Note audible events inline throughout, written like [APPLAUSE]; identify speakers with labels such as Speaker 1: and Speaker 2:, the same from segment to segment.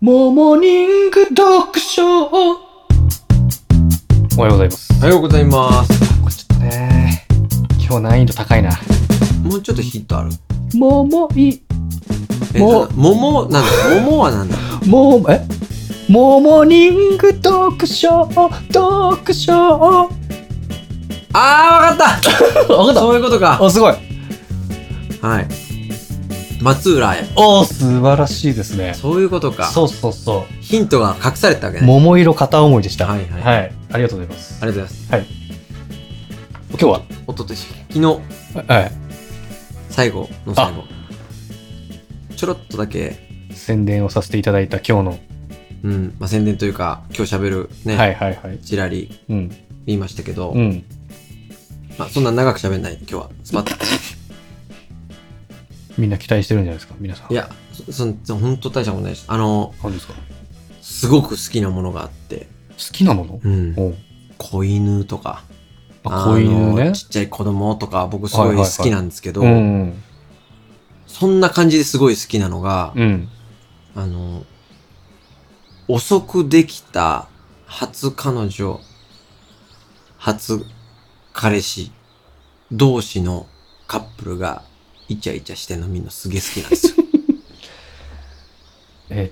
Speaker 1: モモニング読書おはようございます。
Speaker 2: おはようございます。
Speaker 1: これちょっとね、今日難易度高いな。
Speaker 2: もうちょっとヒントある。
Speaker 1: モモイ、
Speaker 2: え
Speaker 1: も
Speaker 2: 桃なんだ。桃はなんだ。
Speaker 1: モモ、えモモニング読書読書わ
Speaker 2: [LAUGHS] あー、わかっ
Speaker 1: か
Speaker 2: た。そういうことか。
Speaker 1: あ、すごい。
Speaker 2: はい。松浦へ。
Speaker 1: おー、素晴らしいですね。
Speaker 2: そういうことか。
Speaker 1: そうそうそ
Speaker 2: ヒントが隠されてたわけ
Speaker 1: う。
Speaker 2: ね。
Speaker 1: 桃色片思いでした。
Speaker 2: はいはいあ
Speaker 1: はい。ありがとうございます。
Speaker 2: りがとうございます。
Speaker 1: 今日は
Speaker 2: おととし、昨日、
Speaker 1: はい。
Speaker 2: 最後の最後。ちょろっとだけ、
Speaker 1: 宣伝をさせていただいた今日の、
Speaker 2: うん、まあ、宣伝というか、今日喋るね、
Speaker 1: はいはいはい
Speaker 2: ちらり
Speaker 1: うん
Speaker 2: 言いましたけど、
Speaker 1: うん
Speaker 2: まあ、そんな長く喋んない、今日は。スパッと。
Speaker 1: みんな期待してるんじゃないですか皆さん
Speaker 2: いや、そ、そん、ほんと大したことないです。あの、
Speaker 1: 何ですか好
Speaker 2: すごく好きなものがあって、
Speaker 1: きなもの
Speaker 2: うん。
Speaker 1: お
Speaker 2: 子犬とか、
Speaker 1: あ子犬
Speaker 2: あ
Speaker 1: ね
Speaker 2: のちっちゃい子供とか、僕すご
Speaker 1: はいいはい
Speaker 2: 好
Speaker 1: はい
Speaker 2: きなんですけど、
Speaker 1: うん
Speaker 2: そんな感じですごい好きなのが、
Speaker 1: うん
Speaker 2: あの、遅くできた初彼女、初彼氏同士のカップルがイチャイチャしてんのみんなすげえ好きな
Speaker 1: [LAUGHS]
Speaker 2: んですよ。
Speaker 1: え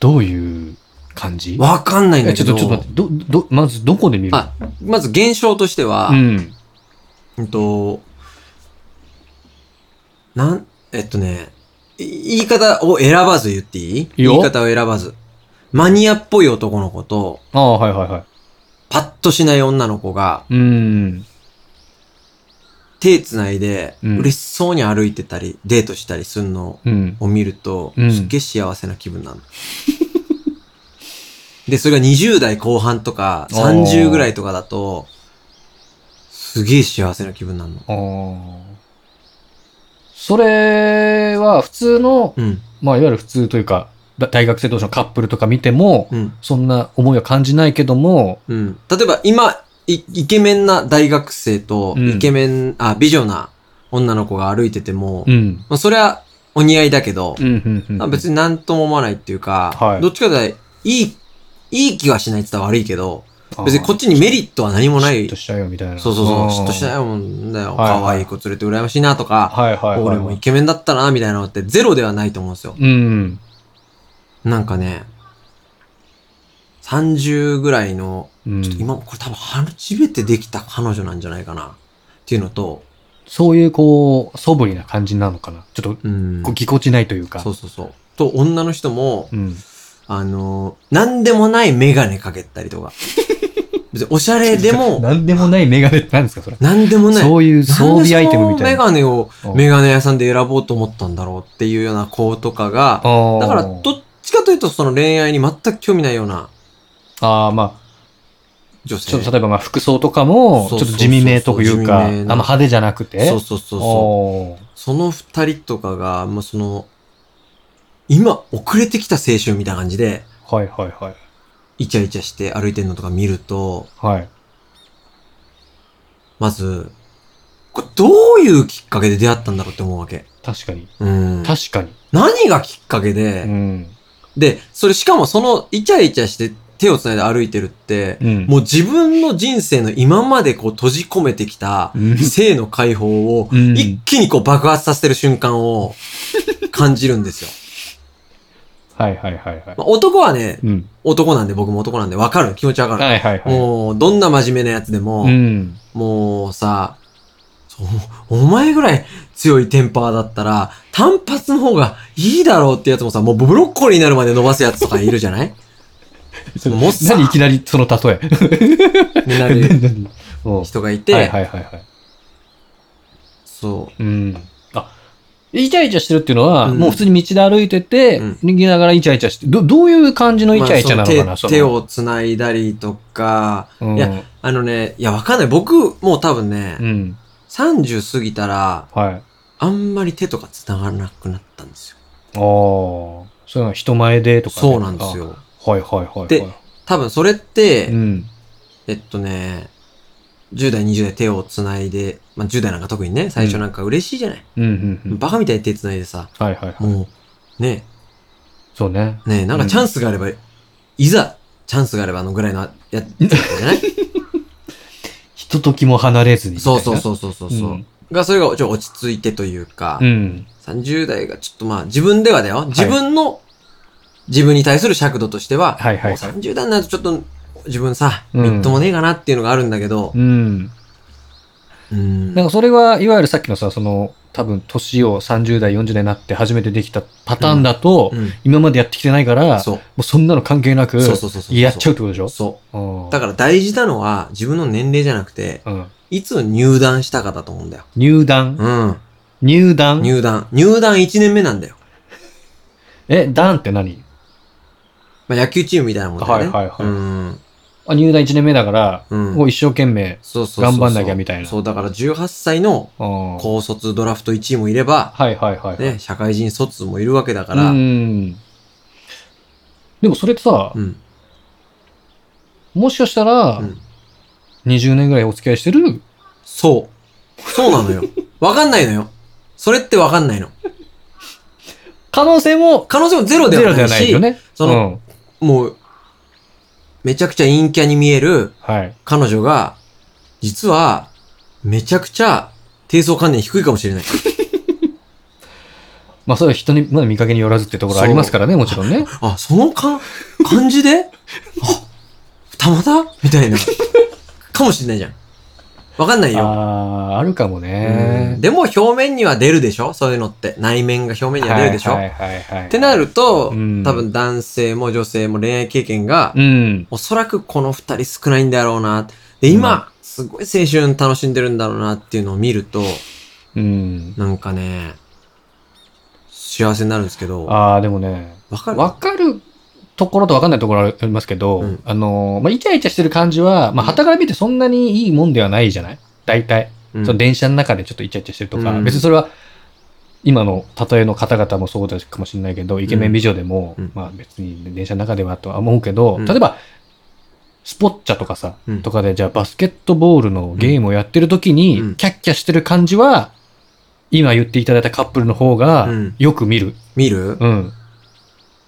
Speaker 1: どういう感じ
Speaker 2: わかんないん
Speaker 1: え
Speaker 2: だ
Speaker 1: ち
Speaker 2: け
Speaker 1: ょっと
Speaker 2: ど、
Speaker 1: ちょっと待ってどどまずどこで見る
Speaker 2: あまず現象としては、
Speaker 1: うん
Speaker 2: うんと、なん、えっとね、い言い方を選ばず言っていい
Speaker 1: いいよ
Speaker 2: 言い方を選ばず。マニアっぽい男の子と、
Speaker 1: ああはいはいは
Speaker 2: パッとしない女の子が、
Speaker 1: いうん
Speaker 2: 手つないで、
Speaker 1: うん
Speaker 2: 嬉しそうに歩いてたり、デートしたりするの
Speaker 1: うん
Speaker 2: を見ると、
Speaker 1: うん
Speaker 2: すっげえ幸せな気分なの。で、それが20代後半とか、
Speaker 1: あー
Speaker 2: 30ぐらいとかだと、すげえ幸せな気分なの。
Speaker 1: ああそれは普通の
Speaker 2: うん、
Speaker 1: まあいわゆる普通というかだ大学生同士のカップルとか見ても
Speaker 2: うん。
Speaker 1: そんな思いは感じないけども
Speaker 2: うん。例えば今、イイケメンな大学生と、
Speaker 1: うん
Speaker 2: イケメン、あ、美女な女の子が歩いてても、
Speaker 1: うん
Speaker 2: まあ、それはお似合いだけど
Speaker 1: う、んうんうん
Speaker 2: あ別になんとも思わないっていうか、
Speaker 1: はい
Speaker 2: どっちかというと、いい、いい気はしないって言ったら悪いけど、
Speaker 1: あー
Speaker 2: 別にこっちにメリットは何もない。
Speaker 1: 嫉妬
Speaker 2: そう
Speaker 1: しちゃうよみたいな。
Speaker 2: そうそう、嫉妬し
Speaker 1: よ。
Speaker 2: ないもんだ
Speaker 1: は
Speaker 2: よ。
Speaker 1: いはい
Speaker 2: 可愛い子連れて羨ましいなとか、
Speaker 1: はいはいはい、はい。
Speaker 2: 俺もイケメンだったな、みたいなのってゼロではないと思うんですよ。
Speaker 1: うん。
Speaker 2: なんかね、30ぐらいの
Speaker 1: うん
Speaker 2: ちょっと今、これ多分初めてできた彼女なんじゃないかな。っていうのと、
Speaker 1: そういうこう、素振りな感じなのかな。ちょっと、
Speaker 2: うん
Speaker 1: こうぎこちないというか。
Speaker 2: そうそうそう。と、女の人も、
Speaker 1: うん。
Speaker 2: あのー、なんでもないメガネかけたりと
Speaker 1: [LAUGHS]
Speaker 2: か。別におしゃれでも、
Speaker 1: なんでもないメガネって何ですか、それ。
Speaker 2: なんでもない。
Speaker 1: そういう装備アイテムみ
Speaker 2: な
Speaker 1: たいな。
Speaker 2: んでそのメガネを
Speaker 1: うん
Speaker 2: メガネ屋さんで選ぼうと思ったんだろうっていうような子とかが、
Speaker 1: ああ。
Speaker 2: だから、どっちかというとその恋愛に全く興味ないような
Speaker 1: ああ、まあ、
Speaker 2: 女性。
Speaker 1: ちょっと例えば、まあ、服装とかも、ちょっ
Speaker 2: そう
Speaker 1: と
Speaker 2: そうそうそう
Speaker 1: 地味めというか、あ
Speaker 2: 地
Speaker 1: んま
Speaker 2: 味めな
Speaker 1: 派手じゃなくて。
Speaker 2: そうそうそうそう。
Speaker 1: おー
Speaker 2: その二人とかが、もうその、今遅れてきた青春みたいな感じで、
Speaker 1: はいはいはい。
Speaker 2: イチャイチャして歩いてんのとか見ると、
Speaker 1: はい。
Speaker 2: まず、これどういうきっかけで出会ったんだろうって思うわけ。
Speaker 1: 確かに。
Speaker 2: うん。
Speaker 1: 確かに。
Speaker 2: 何がきっかけ
Speaker 1: う
Speaker 2: で、
Speaker 1: ん。
Speaker 2: で、それしかもそのイチャイチャして手を繋いで歩いてるって、
Speaker 1: うん。
Speaker 2: もう自分の人生の今までこう閉じ込めてきた
Speaker 1: うん、
Speaker 2: 性の解放を
Speaker 1: うん
Speaker 2: 一気にこう爆発させてる瞬間を感じるん
Speaker 1: [LAUGHS]
Speaker 2: ですよ。
Speaker 1: はいはいはいはい。
Speaker 2: まあ男はね、
Speaker 1: うん。
Speaker 2: 男なんで、僕も男なんで、わかる。気持ちわかる。
Speaker 1: はいはいはい。
Speaker 2: もう、どんな真面目なやつでも、
Speaker 1: うん。
Speaker 2: もうさ、そうお前ぐらい強いテンパーだったら、単発の方がいいだろうってやつもさ、もうブロッコリーになるまで伸ばすやつとかいるじゃ
Speaker 1: [LAUGHS]
Speaker 2: ない
Speaker 1: それ
Speaker 2: もっ
Speaker 1: [LAUGHS]
Speaker 2: さ
Speaker 1: 何いきなりその例え。
Speaker 2: になる
Speaker 1: 何何 [LAUGHS] おう
Speaker 2: 人がいて、
Speaker 1: はいはいはいはい。
Speaker 2: そう。
Speaker 1: うん。あ、イチャイチャしてるっていうのは、
Speaker 2: うん
Speaker 1: もう普通に道で歩いてて、
Speaker 2: うん
Speaker 1: 逃げながらイチャイチャして、ど、どういう感じのイチャイチャなのか
Speaker 2: ま
Speaker 1: な、
Speaker 2: あ
Speaker 1: そ
Speaker 2: そ
Speaker 1: の
Speaker 2: の手手、を繋いだりとか、
Speaker 1: うん、
Speaker 2: いやあのね、いや、わかんない。僕、もう多分ね、
Speaker 1: うん。
Speaker 2: 30過ぎたら、
Speaker 1: はい。
Speaker 2: あんまり手とか繋がらなくなったんですよ。
Speaker 1: ああ、そういうのは人前でとかね、
Speaker 2: そうなんですよ。
Speaker 1: あ。はいはいはい、はい。
Speaker 2: で多分それって、
Speaker 1: うん。
Speaker 2: えっとね、10代、20代手を繋いで、まあ、10代なんか特にね、最初なんか嬉しいじゃない。
Speaker 1: うんうんうん。
Speaker 2: バカみたいに手繋いでさ、
Speaker 1: はいはいはい。
Speaker 2: もう、ね、
Speaker 1: そうね。
Speaker 2: ねえ、なんかチャンスがあれば、いざ、チャンスがあればあのぐらいのやつじゃない
Speaker 1: [LAUGHS] ひとときも離れずにみたい
Speaker 2: そう
Speaker 1: な。
Speaker 2: そう
Speaker 1: う
Speaker 2: そうそうそう。うが、それがちょっと落ち着いてというか、
Speaker 1: ん。うん。
Speaker 2: 30代がちょっとまあ自分ではだよ。自分の、自分に対する尺度としては、
Speaker 1: はいはい
Speaker 2: もう30代になるとちょっと自分さ、
Speaker 1: うん
Speaker 2: みっともねえかなっていうのがあるんだけど、
Speaker 1: うん。
Speaker 2: うん
Speaker 1: なんかそれはいわゆるさっきのさ、その、多分年を30代、40代になって初めてできたパターンだと、
Speaker 2: うん
Speaker 1: 今までやってきてないから、も
Speaker 2: そう
Speaker 1: そんなの関係なく
Speaker 2: う。、そうそうそうそう。
Speaker 1: やっちゃうって
Speaker 2: う
Speaker 1: ことでしょ
Speaker 2: そ
Speaker 1: うん
Speaker 2: う。だから大事なのは自分の年齢じゃなくて、
Speaker 1: うん。
Speaker 2: いつ入団したかだと思うんだよ。
Speaker 1: 入団
Speaker 2: うん。
Speaker 1: 入団
Speaker 2: 入団。入団1年目なんだよ。
Speaker 1: え、団って何
Speaker 2: まあ、野球チームみたいなもんだよ
Speaker 1: はい
Speaker 2: ね。
Speaker 1: はいはい
Speaker 2: うん。
Speaker 1: あ入団1年目だから、
Speaker 2: うん。
Speaker 1: もう一生懸命。
Speaker 2: そうそうそうそう
Speaker 1: 頑張んなきゃみたいな
Speaker 2: そう、だから18歳の
Speaker 1: うん
Speaker 2: 高卒ドラフト1位もいれば、
Speaker 1: はいはいはい。
Speaker 2: ね、社会人卒もいるわけだから、
Speaker 1: う
Speaker 2: うん。
Speaker 1: ん。でもそれってさ、もしかしたら、
Speaker 2: うん
Speaker 1: 20年ぐらいお付き合いしてる
Speaker 2: そう。そうなのよ。 [LAUGHS] わかんないのよ。それってわかんないの。
Speaker 1: 可能性も
Speaker 2: 可能性もゼロで
Speaker 1: ゼロ
Speaker 2: は
Speaker 1: で
Speaker 2: な
Speaker 1: はいない
Speaker 2: し、
Speaker 1: よね。
Speaker 2: その、
Speaker 1: うん、
Speaker 2: もう、めちゃくちゃ陰キャに見える
Speaker 1: はい。
Speaker 2: 彼女が、実は、めちゃくちゃ、低層観念低いかもしれない。
Speaker 1: まあそれは人に、まあ、見かけによらずってところありますからね、もちろんね。
Speaker 2: あ、そのか、感じであ、たまたみたいな。かもしんないじゃん。わかんないよ。
Speaker 1: ああ、あるかも
Speaker 2: う
Speaker 1: ね
Speaker 2: ん。でも表面には出るでしょそういうのって。内面が表面には出るでしょ、
Speaker 1: はいはいはい、はい。
Speaker 2: ってなると、
Speaker 1: うん
Speaker 2: 多分男性も女性も恋愛経験が、
Speaker 1: うん。
Speaker 2: おそらくこの二人少ないんだろうな。で、今、すごい青春楽しんでるんだろうなっていうのを見ると、
Speaker 1: うん。
Speaker 2: なんかね、幸せになるんですけど、わ
Speaker 1: ああ、でもね、
Speaker 2: かる
Speaker 1: わかるところとわかんないところありますけど、
Speaker 2: うん
Speaker 1: あのー、まあ、イチャイチャしてる感じは、まあ、旗から見てそんなにいいもんではないじゃない大体。
Speaker 2: うん
Speaker 1: その電車の中でちょっとイチャイチャしてるとか、
Speaker 2: うん
Speaker 1: 別にそれは、今の例えの方々もそうだかもしれないけど、イケメン美女でも、
Speaker 2: うん
Speaker 1: まあ別に電車の中ではとは思うけど、
Speaker 2: うん
Speaker 1: 例えば、スポッチャとかさ、
Speaker 2: うん
Speaker 1: とかで、じゃあバスケットボールのゲームをやってる時に、
Speaker 2: うん
Speaker 1: キャッキャしてる感じは、今言っていただいたカップルの方が
Speaker 2: うん、
Speaker 1: よく見る。
Speaker 2: 見る
Speaker 1: うん。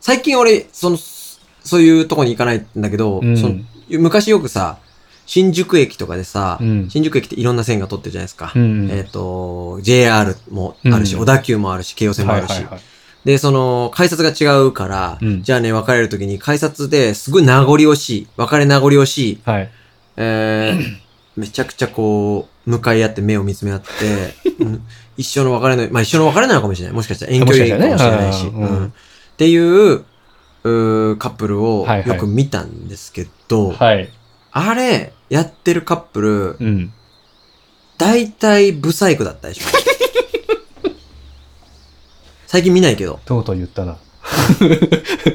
Speaker 2: 最近俺、その、そそういうとこに行かないんだけど、
Speaker 1: うん
Speaker 2: その昔よくさ、新宿駅とかでさ、
Speaker 1: うん。
Speaker 2: 新宿駅っていろんな線が取ってるじゃないですか。
Speaker 1: うん。
Speaker 2: えっ、と、JR もあるし、
Speaker 1: うん
Speaker 2: 小田急もあるし、京王線もあるし。
Speaker 1: はいはいはい
Speaker 2: で、その、改札が違うから、
Speaker 1: うん
Speaker 2: じゃあね、別れるときに、改札ですごい名残惜しい、別れ名残惜しい、
Speaker 1: はい。
Speaker 2: えー、めちゃくちゃこう、向かい合って目を見つめ
Speaker 1: [LAUGHS]
Speaker 2: 合って、うん一緒の別れの、まあ一緒の別れなのかもしれない。もしかしたら遠距離かもしれないし。
Speaker 1: もしかしたらねうん
Speaker 2: うんっていう、うーカップルを
Speaker 1: はいはい
Speaker 2: よく見たんですけど、
Speaker 1: はい。
Speaker 2: あれ、やってるカップル、
Speaker 1: うん。
Speaker 2: 大体ブサイクだった
Speaker 1: [LAUGHS]
Speaker 2: でしょ。最近見ないけど、
Speaker 1: とうとう言ったな。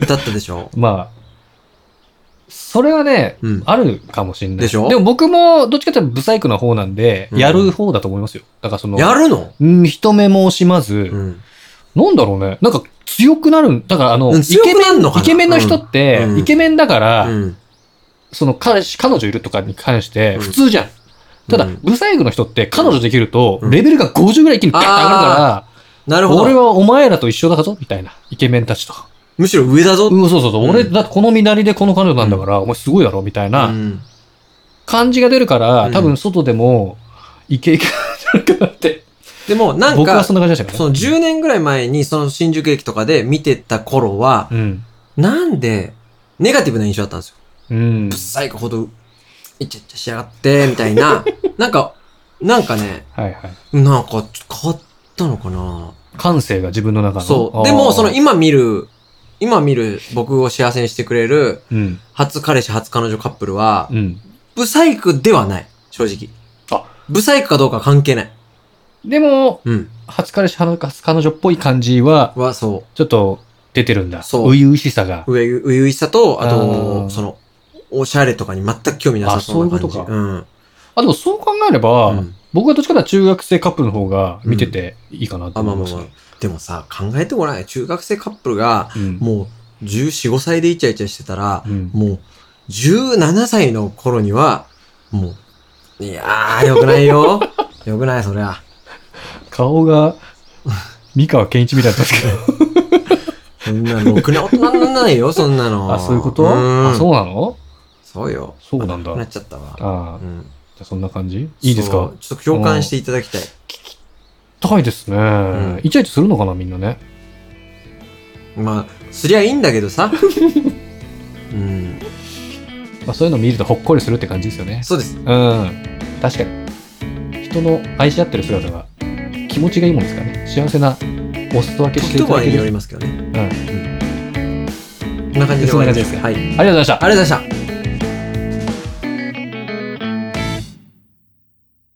Speaker 2: だったでしょ。
Speaker 1: まあ、それはね、
Speaker 2: うん。
Speaker 1: あるかもしれない。
Speaker 2: でしょ
Speaker 1: でも僕も、どっちかというと、ブサイクな方なんで、
Speaker 2: うん
Speaker 1: やる方だと思いますよ。だからその、
Speaker 2: やるの
Speaker 1: うん人目も惜しま
Speaker 2: う
Speaker 1: ず、
Speaker 2: ん。
Speaker 1: なんだろうね。なんか強くなる、だからあの、
Speaker 2: うん
Speaker 1: イケ
Speaker 2: 強く
Speaker 1: メ
Speaker 2: な
Speaker 1: ン、
Speaker 2: んのか
Speaker 1: イ
Speaker 2: な
Speaker 1: ケメンの人って、
Speaker 2: うん
Speaker 1: イケメンだから、
Speaker 2: うん。
Speaker 1: その彼氏、彼女いるとかに関して、
Speaker 2: うん
Speaker 1: 普通じゃん。ただ、
Speaker 2: うん
Speaker 1: ブサイクの人って、彼女できると、
Speaker 2: うん
Speaker 1: レベルが50ぐらい一気にガッと上がるか
Speaker 2: なる
Speaker 1: ら、
Speaker 2: ほ
Speaker 1: 俺
Speaker 2: ど。
Speaker 1: はお前らと一緒だぞみたいな。イケメンたちと。
Speaker 2: むしろ上だ
Speaker 1: う
Speaker 2: ぞ。
Speaker 1: ん、そうそうそう。
Speaker 2: うん
Speaker 1: 俺、だってこの身なりでこの彼女なんだから、お前すごいだろみたいな。
Speaker 2: うん
Speaker 1: 感じが出るから、
Speaker 2: うん
Speaker 1: 多分外でも、イケイケになるかなって。
Speaker 2: でも、なん
Speaker 1: 僕は
Speaker 2: か、
Speaker 1: そ
Speaker 2: そ
Speaker 1: んな感じでしたから
Speaker 2: の10年ぐらい前に、その新宿駅とかで見てた頃は、
Speaker 1: うん。
Speaker 2: なんで、ネガティブな印象だったんですよ。
Speaker 1: うん
Speaker 2: ブ。サイクほど、いちゃいちゃしやがって、みたいな。
Speaker 1: [LAUGHS]
Speaker 2: なんか、なんかね、
Speaker 1: はいはい。
Speaker 2: なんか、ちょっと変わったのかな
Speaker 1: 感性が自分の中の。
Speaker 2: そ
Speaker 1: あー
Speaker 2: う。でも、その、今見る、今見る僕を幸せにしてくれる、
Speaker 1: うん。
Speaker 2: 初彼氏、初彼女カップルは、
Speaker 1: うん。
Speaker 2: ブサイクではない。正直。
Speaker 1: あ
Speaker 2: ブサイクかどうかは関係ない。
Speaker 1: でも、
Speaker 2: うん。
Speaker 1: 初彼氏、初彼女っぽい感じは、
Speaker 2: は、そ
Speaker 1: ちょっと出てるんだ。
Speaker 2: そう
Speaker 1: 初々しさが
Speaker 2: う。。上、初々しさと、あ
Speaker 1: あー
Speaker 2: と、その、おしゃれとかに全く興味なさそうな感じ。
Speaker 1: あそういうことか
Speaker 2: うん。
Speaker 1: あ、でもそう考えれば、
Speaker 2: うん
Speaker 1: 僕はどっちかというと中学生カップルの方が見てていいかなと
Speaker 2: あ、ま
Speaker 1: 思
Speaker 2: あ
Speaker 1: い
Speaker 2: ま
Speaker 1: ま
Speaker 2: あ
Speaker 1: す
Speaker 2: ま
Speaker 1: ね。
Speaker 2: あ。でもさ、考えてごらんよ。中学生カップルが、
Speaker 1: うん
Speaker 2: もう、14、5歳でイチャイチャしてたら
Speaker 1: う、ん。
Speaker 2: もう、17歳の頃には、もう、いやー、よくないよ。 [LAUGHS] よくない、そりゃ。
Speaker 1: 顔が、三河健一みたいだったんですけど。
Speaker 2: そんなの、ろくな大人にならないよ、そんな
Speaker 1: [LAUGHS]
Speaker 2: の。
Speaker 1: あ、そういうこと
Speaker 2: ん
Speaker 1: あ、そうなの
Speaker 2: そうよ。
Speaker 1: そうなんだ
Speaker 2: なっちゃったわ。
Speaker 1: ああ、
Speaker 2: う
Speaker 1: じ
Speaker 2: ん
Speaker 1: ゃあそんな感じいいです
Speaker 2: そ
Speaker 1: か
Speaker 2: うちょっと共感していただきたい。
Speaker 1: 高いですね、
Speaker 2: ん
Speaker 1: イチャイチャするのかな、みんなね。
Speaker 2: まあ、すりゃいいんだけど
Speaker 1: [LAUGHS]
Speaker 2: さ。うん。
Speaker 1: まあ、そういうの見るとほっこりするって感じですよね。
Speaker 2: そうです。
Speaker 1: うん。確かに。人の愛し合ってる姿が気持ちがいいもんですからね。幸せなお裾分けして
Speaker 2: 時
Speaker 1: い
Speaker 2: と
Speaker 1: ただ
Speaker 2: 場合
Speaker 1: け
Speaker 2: によ
Speaker 1: る。
Speaker 2: りますけどね。うん。こんな感じで
Speaker 1: そ
Speaker 2: 終
Speaker 1: んな感
Speaker 2: わりで
Speaker 1: じですす
Speaker 2: か。
Speaker 1: か
Speaker 2: はい。あり
Speaker 1: ありがとうございました。
Speaker 2: がとうございました。